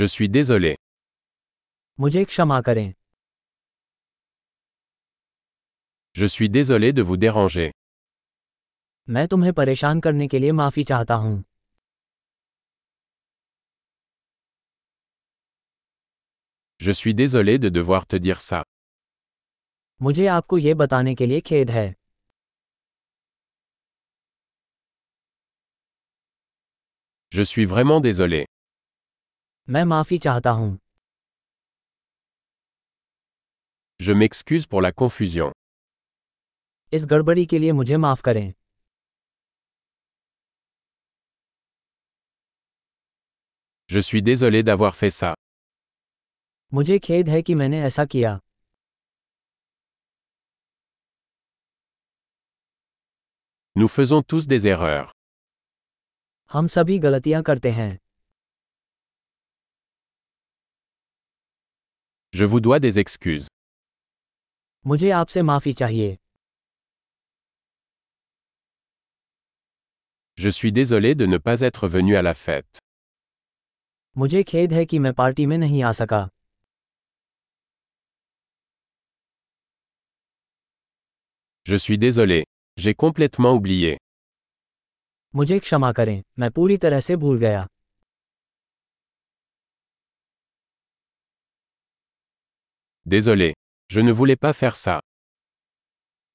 Je suis désolé. मुझे क्षमा करें Je suis désolé de vous déranger. मैं तुम्हें परेशान करने के लिए माफी चाहता हूँ Je suis désolé de devoir te dire ça. मुझे आपको ये बताने के लिए खेद है Je suis vraiment désolé. मैं माफी चाहता हूँ Je m'excuse pour la confusion. इस गड़बड़ी के लिए मुझे माफ करें Je suis désolé d'avoir fait ça. मुझे खेद है कि मैंने ऐसा किया Nous faisons tous des erreurs. हम सभी गलतियाँ करते हैं Je vous dois des excuses. मुझे आपसे माफी चाहिए Je suis désolé de ne pas être venu à la fête. मुझे खेद है कि मैं पार्टी में नहीं आ सका Je suis désolé. J'ai complètement oublié. मुझे क्षमा करें मैं पूरी तरह से भूल गया Désolé. Je ne voulais pas faire ça.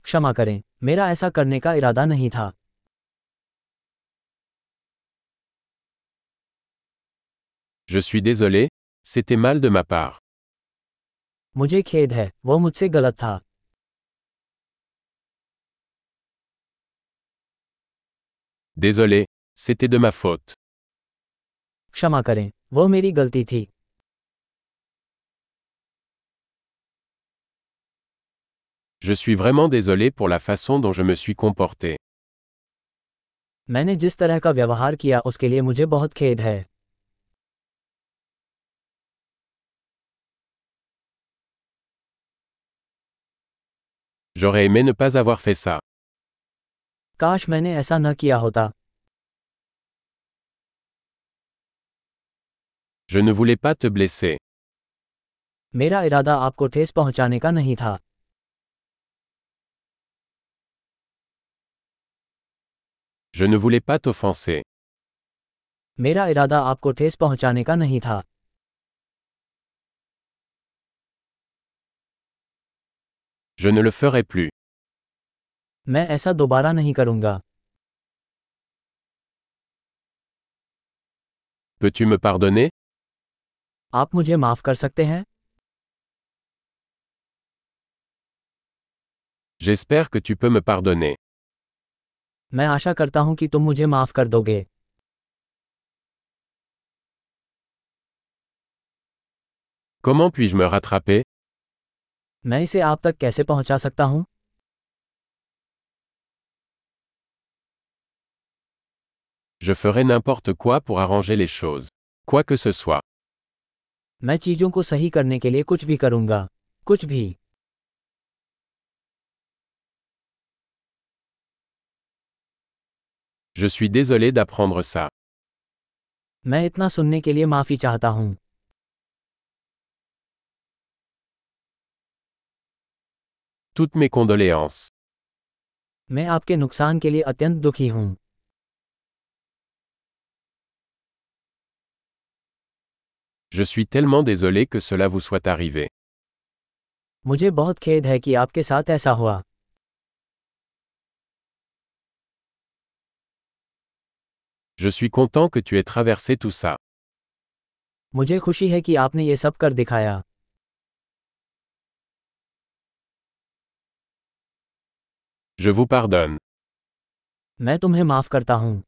क्षमा करें मेरा ऐसा करने का इरादा नहीं था Je suis désolé. C'était mal de ma part. मुझे खेद है वह मुझसे गलत था Désolé. C'était de ma faute. क्षमा करें वह मेरी गलती थी Je suis vraiment désolé pour la façon dont je me suis comporté. मैंने जिस तरह का व्यवहार किया उसके लिए मुझे बहुत खेद है J'aurais aimé ne pas avoir fait ça. काश मैंने ऐसा न किया होता Je ne voulais pas te blesser. मेरा इरादा आपको ठेस पहुंचाने का नहीं था Je ne voulais pas t'offenser. मेरा इरादा आपको ठेस पहुंचाने का नहीं था Je ne le ferai plus. मैं ऐसा दोबारा नहीं करूंगा Peux-tu me pardonner आप मुझे माफ कर सकते हैं J'espère que tu peux me pardonner. मैं आशा करता हूं कि तुम मुझे माफ कर दोगे Comment puis-je me rattraper मैं इसे आप तक कैसे पहुंचा सकता हूं Je ferai n'importe quoi pour arranger les choses. Quoi que ce soit. मैं चीजों को सही करने के लिए कुछ भी करूंगा कुछ भी Je suis désolé d'apprendre ça. मैं इतना सुनने के लिए माफी चाहता हूं Toutes mes condoléances. मैं आपके नुकसान के लिए अत्यंत दुखी हूं Je suis tellement désolé que cela vous soit arrivé. मुझे बहुत खेद है कि आपके साथ ऐसा हुआ Je suis content que tu aies traversé tout ça. मुझे खुशी है कि आपने ये सब कर दिखाया Je vous pardonne. मैं तुम्हें माफ करता हूँ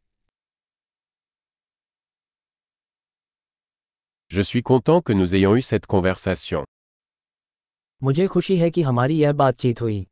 Je suis content que nous ayons eu cette conversation. मुझे खुशी है कि हमारी यह बातचीत हुई